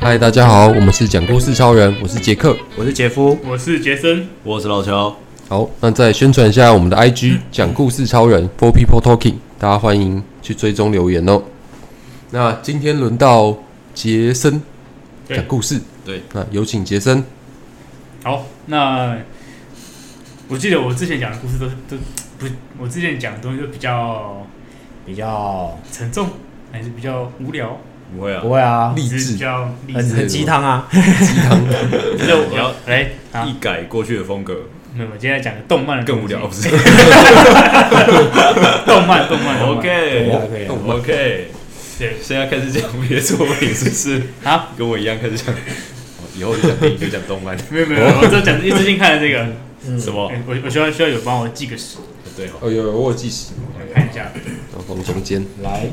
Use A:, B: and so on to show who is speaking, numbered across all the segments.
A: 嗨，大家好，我们是讲故事超人，我是杰克。
B: 我是杰夫，
C: 我是杰森，
D: 我是老乔，
A: 好，那再宣传一下我们的 IG 讲故事超人 Four People Talking，大家欢迎去追踪留言哦。那今天轮到杰森
C: 对
A: 讲故事，
D: 对，
A: 那有请杰森。
C: 好，那我记得我之前讲的故事都都不，我之前讲的东西都比较
B: 比较
C: 沉重，还是比较无聊，
D: 不会啊
B: 不，会啊，
A: 励
C: 还是
A: 志
C: 比较励
B: 很
C: 志。
B: 很鸡汤啊，
C: 就是
D: 你
C: 我
D: 要
C: 来啊，
D: 一改过去的风 格
C: 没有，我今天讲的动漫的
D: 更无
C: 东西
D: 聊，不，是
C: 动漫动漫动漫
B: 对啊
D: ？OK
B: 对啊
D: OK，
C: 对，
D: 现在开始讲别的作品，是不是？
C: 好，
D: 跟我一样开始讲，哦以后就讲电影就讲动漫，
C: 没有没有，
D: 哦
C: 没有我只有讲一次性看的 这个，
B: 嗯
D: 什 么？
C: 哎我我需要需要有帮我记个时，
D: 对哦，
A: 哦，有有我有计时，
C: 我看一下。
A: 然后放中间。
B: 来，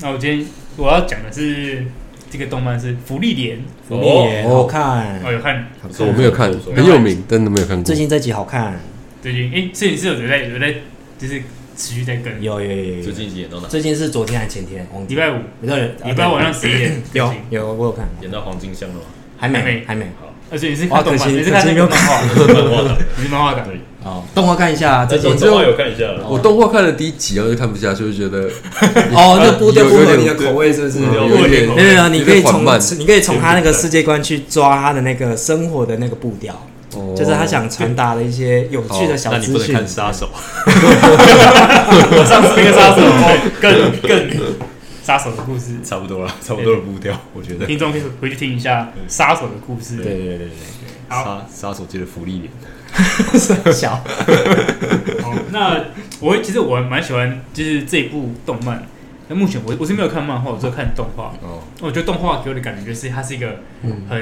C: 那我今天我要讲的是这个动漫是《福利莲》，
B: 福利莲
A: 哦
B: 好看
C: 哦，，有看
D: 不
A: 我没有看，很有名，但是没有看过。
B: 最近这集好看，
C: 最近哎，摄影师有在有在就是持续在更，
B: 有有有有
D: 最
B: 有，
D: 近已经演到哪？
B: 最近是昨天还是前天？忘
C: 礼
B: 记了，
C: 拜五
B: 有的人
C: 礼拜晚上十一点
B: 啊有有我有看，
D: 演到黄金香了吗？
B: 还
C: 还
B: 没
C: 没
B: 还没
C: 而哦且你是
B: 哇
C: 看动
B: 可
C: 漫，
B: 惜
C: 你是看那个
B: 可
C: 漫画，
D: 漫画的，
C: 你是漫画党。
B: 哦，动画看一下啊，最近
D: 我早有看一下了，
A: 我动画看了第一集，然后就看不下去，就觉得啊
B: 哦，那部对
A: 有
B: 不合
A: 有
B: 你
A: 点
B: 的口味是不是？
D: 有点
B: 没
A: 有
D: 有
A: 点
D: 点
B: 有没啊有，你可以
A: 缓
B: 从
A: 慢
B: 你可以从他那个世界观去抓他的那个生活的那个步调，
A: 哦
B: 就是他想传达的一些有趣的小
D: 那你
B: 资
D: 不能
B: 讯
D: 看。杀手，
C: 我上次那个 杀手哦，更更杀手的故事，
D: 差不多了，差不多的步调，我觉得。
C: 听众可以回去听一下杀手的故事。
B: 对对对对对
D: 杀杀手界的福利脸，，
B: 小
C: 好，哦那我其实我还蛮喜欢，就是这一部动漫。那目前我我是没有看漫画，我只有看动画。
D: 哦，
C: 我觉得动画给我的感觉就是它是一个很，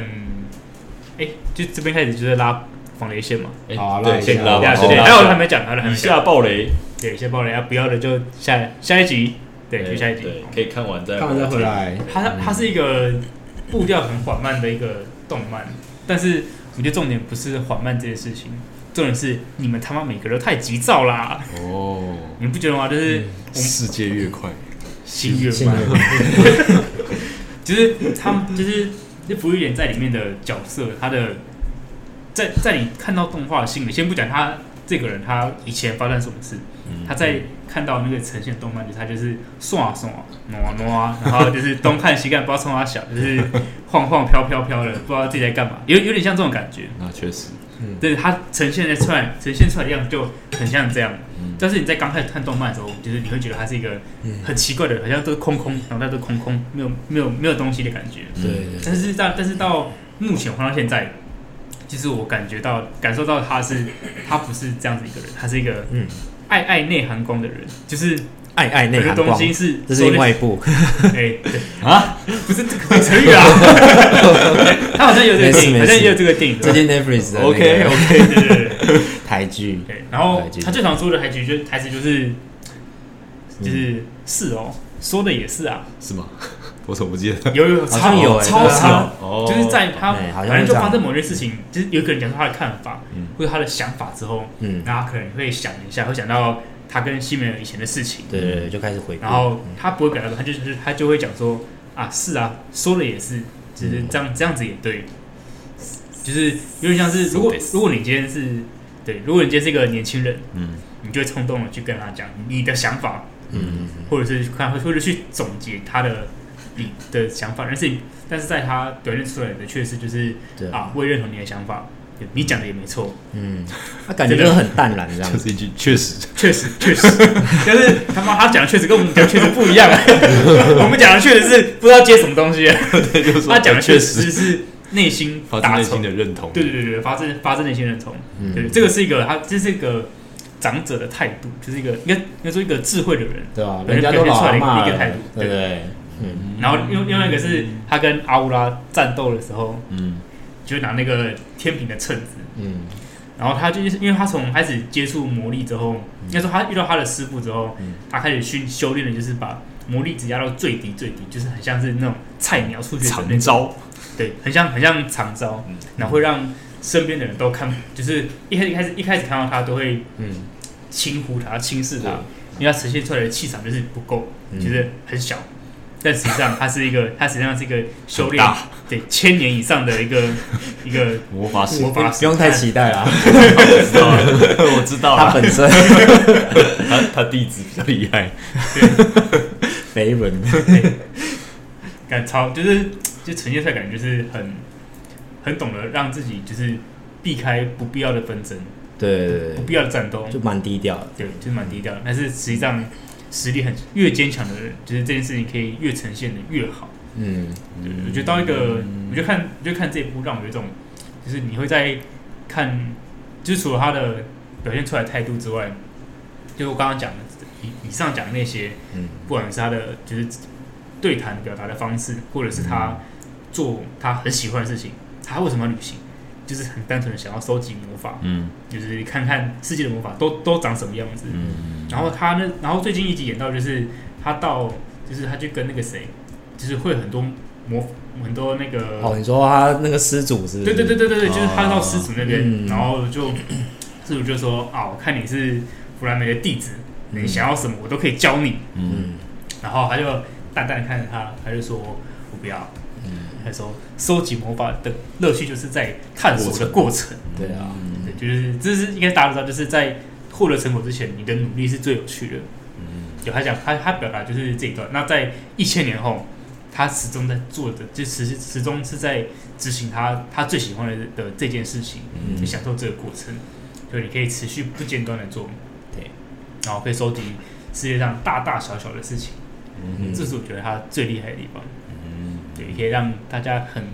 C: 哎，就这边开始就是拉防雷线嘛。
D: 哎
B: 好拉
D: 对，
B: 一下
D: 先拉吧，
C: 对啊
D: 先
C: 对，
D: 拉吧。
C: 还有还没讲，还有还
D: 以
C: 没讲。
D: 下暴雷，
C: 对，先爆雷啊！不要的就下下一集，对，就下一集
D: 对。，可以看完再
B: 看完再回来，
C: 它它是一个步调很缓慢的一个动漫，但是我觉得重点不是缓慢这件事情，重点是你们他妈每个人都太急躁啦！
D: 哦。
C: 你们不觉得吗？就是我们
D: 世界越快，
C: 心越
B: 嗯信
C: 慢
B: 任，
C: 就是他们就是那福利点在里面的角色，他的在在你看到动画的心里，先不讲他这个人他以前发生什么事，
D: 嗯
C: 他在看到那个呈现动漫，就是他就是刷啊刷啊，挪啊挪啊，然后就是东看西看，不知道冲他小，就是晃晃飘飘飘的，不知道自己在干嘛，有有点像这种感觉。
D: 那确实，
C: 对，它呈现的出来，呈现出来的样子就很像这样。但是你在刚开始看动漫的时候，就是你会觉得它是一个很奇怪的，好像都是空空，脑袋都空空，没有没有没有东西的感觉。
B: 对
C: 但是到但是到目前换到现在，其实我感觉到感受到他是他不是这样子一个人，他是一个
B: 嗯
C: 爱爱内涵光的人，就是
B: 爱爱内
C: 很多
B: 涵
C: 东
B: 光，
C: 西是
B: 这是另外一部，
C: 哎对啊，不是这个成语啊，他好像有这个电影，
B: 没事没事
C: 好像也有这个电影，
B: 最
C: 对
B: 近 Netflix 的
D: OK
B: 那个
D: OK，
C: 对对对。
B: 台剧，
C: 对，然后
B: 来继续
C: 他最常说的台词就台词就是，就是、是哦，说的也是啊，
D: 是吗？ 我怎么不记得？
C: 有有
B: 嗯好像
C: 超
B: 有欸
C: 超
B: 真的
C: 长，
D: 哦
C: 就是在啊他
B: 哎好像是
C: 反正就
B: 这样
C: 发生某件事情，就是有一个人讲出他的看法、
D: 嗯
C: 或者他的想法之后，
B: 嗯，
C: 然后他可能会想一下，会想到他跟西门以前的事情，
B: 对对对，就嗯开始回顾，
C: 然后他不会表达出来，他就是他就会讲说啊，是啊，说的也是，就是
B: 嗯
C: 这样这样子也对，就是有点像是如果
D: そうです
C: 如果你今天是对，如果你今天是一个年轻人，
D: 嗯，
C: 你就会冲动的去跟他讲你的想法，
B: 嗯，
C: 或者是去看，或者去总结他的你的想法，但是但是在他表现出来的确实就是
B: 对
C: 啊，我也认同你的想法，对你讲的也没错，
B: 嗯，他感觉就是很淡然这样
D: 就
B: 子，
D: 是一句确实，
C: 确实确实， 但是他妈他讲的确实跟我们讲的确实不一 样，我们讲的确实是不知道接什么东西，
D: 对，就是说
C: 他讲的确
D: 确实
C: 实是内心
D: 发自
C: 打
D: 内心
C: 从
D: 的嗯认同，
C: 对对对对，发自发自内心认同，对，这个是一个他这是一个长者的态度，就是一个应该应该说一个智慧的人，
B: 对吧？
C: 对
B: 人家都老阿
C: 表现出来
B: 妈
C: 的一个态
B: 了
C: 度，
B: 对不对？嗯，
C: 然后另另外一个是他跟阿乌拉战斗的时候，
D: 嗯，
C: 就拿那个天平的秤子，
B: 嗯，
C: 然后他就是因为他从开始接触魔力之后，
B: 嗯
C: 应该说他遇到他的师傅之后，他开始去修炼的就是把魔力值压到最低最低，就是很像是那种菜鸟数学的那
D: 长
C: 种，
D: 招，
C: 对，很像很像长招，然后会让身边的人都看，就是一开始一开始一开始看到他都会
B: 嗯
C: 轻呼他、轻视他
D: 对，
C: 因为他呈现出来的气场就是不够，
B: 嗯
C: 就是很小。但实际上它是一个，它实际上是一个修
D: 很
C: 炼
D: 大
C: 对千年以上的一个 一个
D: 魔法使
C: 魔法
B: 不用太期待啦，
D: 知道了， 我知道
B: 他
D: 了，
B: 本身
D: 他他弟子比较厉害，
B: 绯闻，
C: 感超，就是就呈现出来感觉就是很很懂得让自己就是避开不必要的纷争、
B: 对对对
C: 不必要的战斗
B: 对，，就蛮低调的。
C: 对，就是蛮低调的。但是实际上实力很越坚强的人，就是这件事情可以越呈现的越好。
B: 嗯，
C: 对，我觉得到一个，我就看，我就看这一部让我有一种，就是你会在看，就是除了他的表现出来的态度之外，就我刚刚讲的以以上讲的那些，
B: 嗯，
C: 不管是他的就是对谈表达的方式，或者是他做他很喜欢的事情，他为什么要旅行？就是很单纯的想要收集魔法，
D: 嗯
C: 就是看看世界的魔法都都长什么样子。
D: 嗯，
C: 然后他呢，然后最近一集演到就是他到，就是他去跟那个谁，就是会很多魔很多那个，
B: 哦，你说他那个失主是不是？
C: 对对对对对对，
D: 哦
C: 就是他到师祖那边，
B: 嗯
C: 然后就 师祖就说啊，我看你是弗兰梅的弟子，
B: 嗯
C: 你想要什么我都可以教你。
D: 嗯，
B: 嗯，
C: 然后他就淡淡的看着他，他就说我不要。他说：“收集魔法的乐趣就是在探索的过程，
B: 对啊，
C: 对，就是这是应该大家都知道，就是在获得成果之前，你的努力是最有趣的。
B: 嗯
C: 有他讲他他表达就是这一段。那在一千年后，他始终在做的，就始始终是在执行他他最喜欢的的这件事情，
B: 嗯
C: 就享受这个过程。所以你可以持续不间断的做，
B: 对，
C: 然后可以收集世界上大大小小的事情，
B: 嗯
C: 这是我觉得他最厉害的地方。对，可以让大家很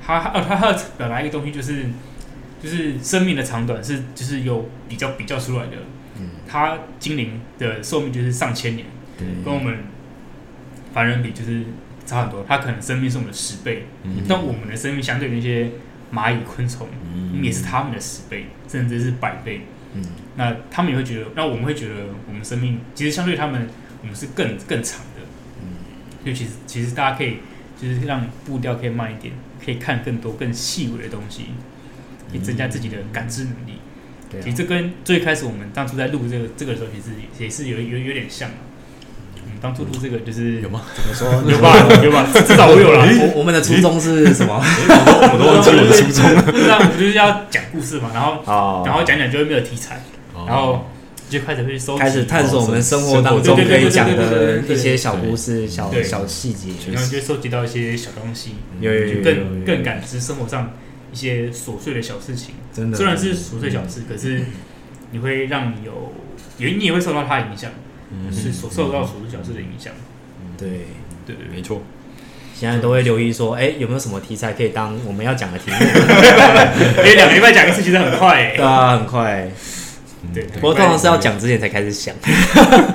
C: 他他哦他他表达一个东西就是就是生命的长短是就是有比较比较出来的。
B: 嗯
C: 他精灵的寿命就是上千年，
B: 对
C: 跟我们凡人比就是差很多。他可能生命是我们的十倍，
D: 嗯
C: 但我们的生命相对于那些蚂蚁、昆虫，
D: 嗯
C: 也是他们的十倍，甚至是百倍。
B: 嗯，
C: 那他们也会觉得，那我们会觉得我们生命其实相对他们，我们是更更长的。嗯，就其实其实大家可以就是让步调可以慢一点，可以看更多更细微的东西，可以增加自己的感知能力。
B: 对
C: 其实
B: 啊，
C: 这跟最开始我们当初在录这个这个的时候，其实也是有有有点像啊。我们当初录这个就是
D: 有吗？
B: 怎么说？
C: 有吧有 吧，至少我有啦。
B: 我我们的初衷是什么？
C: 嗯
D: 我都忘记我的啊初衷了。
C: 那我们就是要讲故事嘛，然后
B: 哦，
C: 然后讲讲就会没有题材，啊然后就开始会去收集
B: 开始探索我们生活当中可以讲的一些小故事、小
C: 对
B: 小细节。
C: 然后就会收集到一些小东西，
B: 有有有
C: 就
B: 有有
C: 更
B: 有
C: 更感知生活上一些琐碎的小事情。
B: 真的，
C: 虽然是琐碎小事，可是你会让你有，也你也会受到它的影响，是所受到琐碎小事的影响。
B: 对，
C: 对对对，
D: 没错，
B: 现在都会留意说，哎，有没有什么题材可以当我们要讲的题目？
C: 因为两个礼拜讲一次，其实很快欸。
B: 对啊，很快。
C: 对，
B: 不过通常是要讲之前才开始想，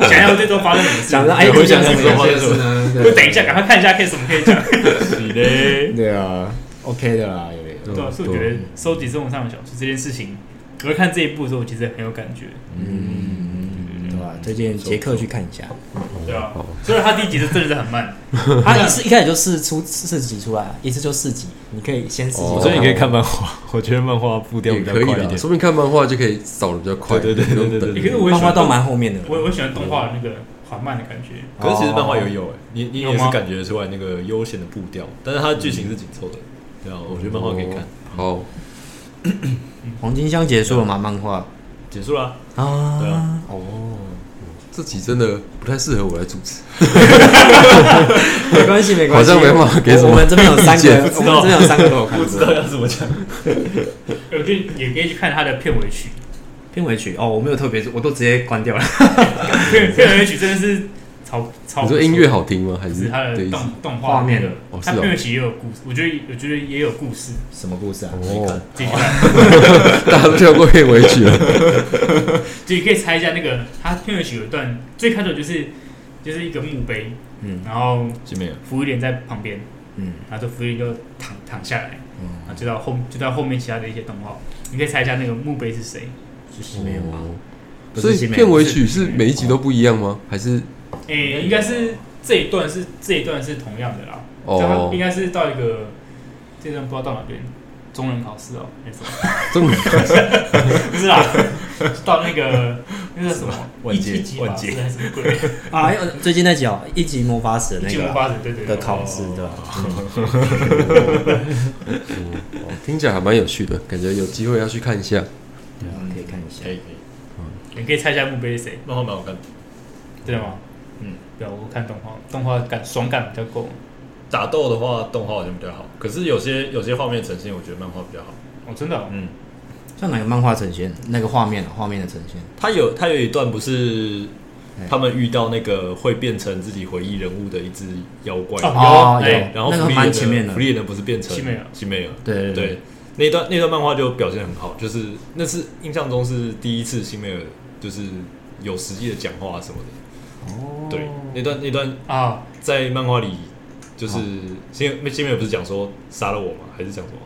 C: 想要这周发生什么事，
B: 想到哎，
D: 回想
B: 这个
D: 想说
A: 这是呢
C: 就等一下，赶快看一下，看什么可以讲。
D: 是的，
B: 对啊，OK 的啦，有有。
C: 对啊，所以我觉得收集生活上的小事这件事情，我在看这一部的时候，我其实很有感觉。
B: 嗯，对吧？推荐杰克去看一下，
C: 对啊，虽然他第一集是真的是很慢，
B: 他啊一次一开始就四出四集出来，啊一次就四集，你可以先四集
A: 哦，
D: 所以你可以看漫画， 我觉得漫画步调
A: 也
D: 比较
A: 可以
D: 快一
A: 的，
D: 点。
A: 说不定看漫画就可以扫的比较快，
D: 对对对
A: 不用
D: 对对
A: 等
D: 对
C: 可是我也
B: 漫
C: 喜
B: 画
C: 欢
B: 到蛮后面的了。
C: 我我喜欢动画的那个缓慢的感觉，
D: 可是其实漫画也有哎，你你
C: 有
D: 也
C: 吗
D: 是感觉出来那个悠闲的步调，但是它剧情是紧凑的。对
B: 哦
D: 啊，我觉得漫画可以看。
A: 好，
B: 黄金箱结束了吗？漫画
D: 结束啦，
B: 啊，
D: 对啊，
A: 这集真的不太适合我来主持。
B: 没关系，没关
A: 好
B: 系，
A: 像没办法给什么
B: 我们这边有三
A: 意
B: 个
A: 见，
B: 我们这边有三个都有 看
D: 不知道
B: 过。
D: 要怎么讲。
C: 哎我就也可以去看他的片尾曲，
B: 片尾曲哦，我没有特别，我都直接关掉了。
C: 片片尾曲真的是超超。
A: 你说音乐好听吗？还
C: 不
A: 是
C: 是他
A: 对
C: 的
A: 意思
C: 动动
B: 画
C: 画
B: 面
C: 的
A: 哦，是
C: 他
A: 哦
C: 片尾曲也有故事，我觉得我觉得也有故事，
B: 什么故事啊？
A: 哦，
C: 自己去看，
A: 大家都跳过片尾曲了。
C: 就你可以猜一下那个他片尾曲有一段最开头就是就是一个墓碑，
B: 嗯
C: 然后
D: 金美，
C: 服务员在旁边，
B: 嗯，
C: 然后这服务员就躺躺下来，
A: 哦
C: 然后就到后就到后面其他的一些动画，你可以猜一下那个墓碑是谁？
B: 就是没有啊，不
A: 所
B: 是
A: 以
B: 西梅
A: 片尾曲是每一集都不一样吗？还是
C: 诶，应该是这一段是这一段是同样的啦，
A: 哦
C: 但它应该是到一个这段不知道到哪边，中人考试哦，还是什么？
A: 这么
C: 不是啦， 到那个那个什么
D: 万
C: 一
D: 劫
C: 一级
D: 万
C: 吧，
D: 劫
C: 是还是什么鬼？
B: 啊，还有最近那集哦，一级魔法史的
C: 一
B: 那
C: 级
B: 个
C: 魔
B: 啊
C: 法史，对对对
B: 的考试，对吧？
A: 哦听起来还蛮有趣的，感觉有机会要去看一下。
B: 对啊，可以看一下
D: 可。以可以，
C: 你可以猜一下墓碑是谁？
D: 漫画蛮好看的，
C: 真的吗？
D: 嗯，
C: 对啊，我看动画，动画感爽感比较够。
D: 打斗的话动画好像比较好，可是有些有些画面呈现，我觉得漫画比较好。
C: 哦，真的哦，
D: 嗯，
B: 像哪个漫画呈现那个画面啊，画面的呈现，
D: 他有他有一段不是
B: 哎
D: 他们遇到那个会变成自己回忆人物的一只妖怪
C: 哦
D: 吗，
C: 有
B: 哦
C: 哎
D: 啊然后
B: 那个
D: 福利
B: 蛮
D: 人
B: 前面
D: 的
B: 的
D: 福，利人不是变成
C: 西美尔
D: 西美尔
B: 对
D: 对，那一段那一段漫画就表现得很好，就是那是印象中是第一次辛美尔就是有实际的讲话什么的。
B: 哦
D: 对，那段那段
C: 啊，
D: 在漫画里就是
B: 哦
D: 辛辛美尔不是讲说杀了我吗？还是讲什么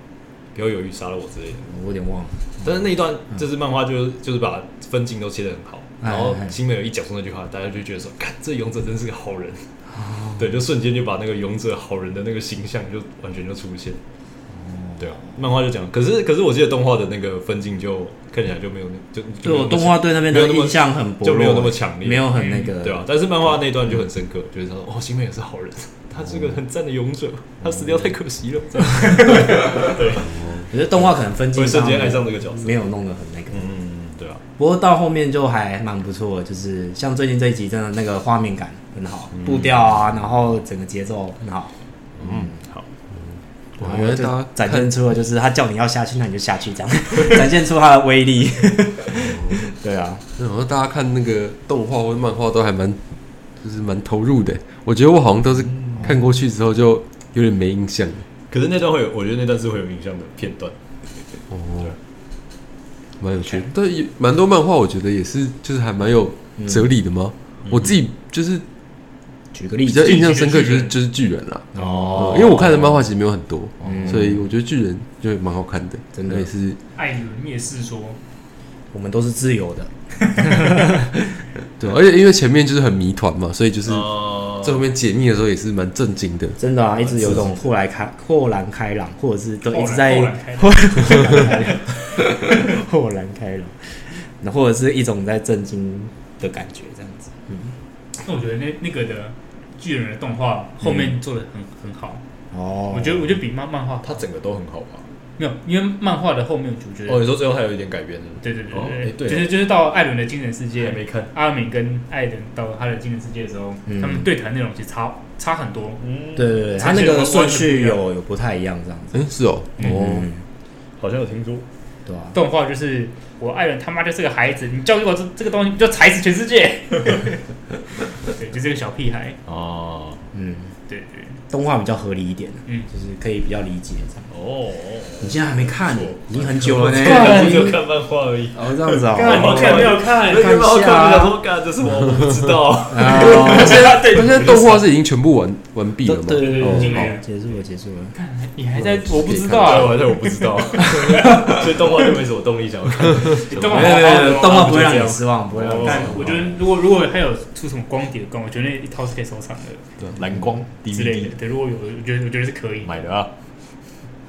D: 不要犹豫杀了我之类的？
B: 我有点忘了，
D: 但是那一段就是漫画就是就是把分镜都切得很好，
B: 哎
D: 然后
B: 哎哎
D: 辛美尔一讲出那句话，大家就觉得说，看这勇者真是个好人。
B: 哦
D: 对，就瞬间就把那个勇者好人的那个形象就完全就出现。
B: 哦
D: 对啊，漫画就讲，可是可是我记得动画的那个分镜就看起来就没有那就就
B: 对
D: 没有
B: 我
D: 那么
B: 动画对那边的
D: 没有那么
B: 印象很薄弱，
D: 就没有那么强烈
B: 没有很那个，
D: 对啊，但是漫画那一段就很深刻，就是他说哦，辛美也是好人，他是个很赞的勇者，
B: 哦
D: 他死掉太可惜了，
B: 嗯
D: 这样
B: 我觉得动画可能分镜
D: 会瞬
B: 上
D: 间爱上这个角色
B: 没。有弄得很那个，
D: 嗯，对啊，
B: 不过到后面就还蛮不错的，就是像最近这一集真的那个画面感很好，步调啊，然后整个节奏很好，
D: 嗯，好，
A: 哇
B: 然
A: 原
B: 后
A: 来
B: 就
A: 大家
B: 展
A: 看
B: 现出了就是他叫你要下去，那你就 下去，这样展现出它的威力。对啊，
A: 然后大家看那个动画或漫画都还蛮，就是蛮投入的。我觉得我好像都是看过去之后就有点没印象。
D: 可是那段会有，我觉得那段是会有印象的片段。
A: 哦
D: 对，
A: 蛮有趣的。但也蛮多漫画，我觉得也是，就是还蛮有
B: 嗯
A: 哲理的嘛。我自己就是
B: 举个例
A: 比较
B: 子
A: 印象深刻，就
C: 巨
A: 是
C: 人
A: 就是巨人啦。
B: 哦
A: 嗯因为我看的漫画其实没有很多，
B: 嗯
A: 所以我觉得巨人就蛮好看的，
B: 真的
A: 那也是
C: 艾伦灭世说，
B: 我们都是自由的，
A: 对啊。而且因为前面就是很谜团嘛，所以就是
D: 哦
A: 最后面解密的时候也是蛮震惊的。
B: 真的啊，一直有种豁然开豁然开朗，或者是都一直在
C: 后来后来开
B: 豁豁然开朗，那或者是一种在震惊的感觉，这样子。
C: 那我觉得那那个的巨人的动画后面做的很、很好，
B: 哦
C: 我觉得我觉得比漫漫画
D: 它整个都很好吧？
C: 没有，因为漫画的后面我觉得，
D: 哦，你说最后还有一点改变的，
C: 对对对
D: 哦
C: 对
D: 哎对哦
C: 就是就是到艾伦的精神世界
D: 还没看。
C: 阿敏跟艾伦到他的精神世界的时候，
B: 嗯
C: 他们对谈内容其实差差很多。
D: 嗯，
B: 对，对对，他那个顺序有有不太一样，这样子。
A: 嗯，是哦，哦，
B: 嗯，
D: 好像有听说。
B: 对啊，
C: 动画就是我艾伦他妈就是个孩子，你教育我这这个东西，你就踩死全世界。对，就是个小屁孩。
D: 哦
B: 嗯，
C: 对对，
B: 动画比较合理一点，
C: 嗯，
B: 就是可以比较理解这样。
D: 哦，
B: 你现在还没看
D: 不错，
B: 已经很久了呢。
D: 我
B: 已
D: 就
B: 经
D: 看漫画 而已。
B: 哦，这样子哦。
D: 干
C: 我
D: 好
C: 看
D: 看
C: 没有看
D: 那个漫画看我就
B: 看一下
D: 想说，干这是什么？我不知道。
B: 哦
A: 他现在
C: 对
A: 他现在动画是已经全部完完毕了
B: 对
A: 嘛？
B: 对对
C: 已经
B: 对，
C: 没了
B: 好，结束了，结束了。
C: 你还在，我不知道
D: 对，我
C: 啊。
D: 还在我不知道，所以动画就没什么动力想要看。
C: 你动画
B: 没有没有没有，动画不会让
D: 我就
B: 你失望，不会让你失
C: 但
B: 望。
C: 我觉得，如果如果他有出什么光碟光，我觉得那一套是可以收藏的
D: 对蓝光
C: 之类
D: DVD
C: 的。对，如果有，我觉得我觉得是可以。
D: 买的啊，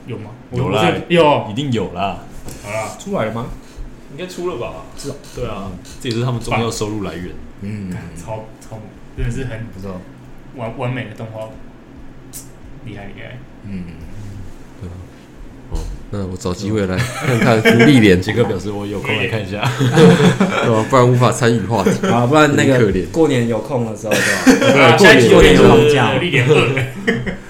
C: 有吗？
D: 有
C: 我
D: 啦
C: 我是有。
D: 一定有啦，
C: 好啦，
B: 出来了吗？
D: 应该出了吧？
B: 是啊，
D: 对啊，这也是他们重要收入来源。
B: 嗯，
C: 超超真的是很
B: 不错。
C: 完完美的动画，厉害厉害。
B: 嗯，
A: 那我找机会来看看福利脸
D: 杰哥表示我有空来看一下，
A: 对吧不然无法参与话题。
B: 好，不然那
A: 有点可怜
B: 个过年有空的时候， 对吧？
C: 啊下一集
B: 过年
C: 有
B: 有
C: 放
B: 放假
C: 一点二，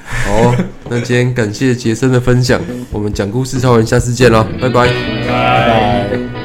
A: 好哦，那今天感谢杰森的分享，我们讲故事超人下次见啦，拜拜。
C: 拜。
B: 拜拜。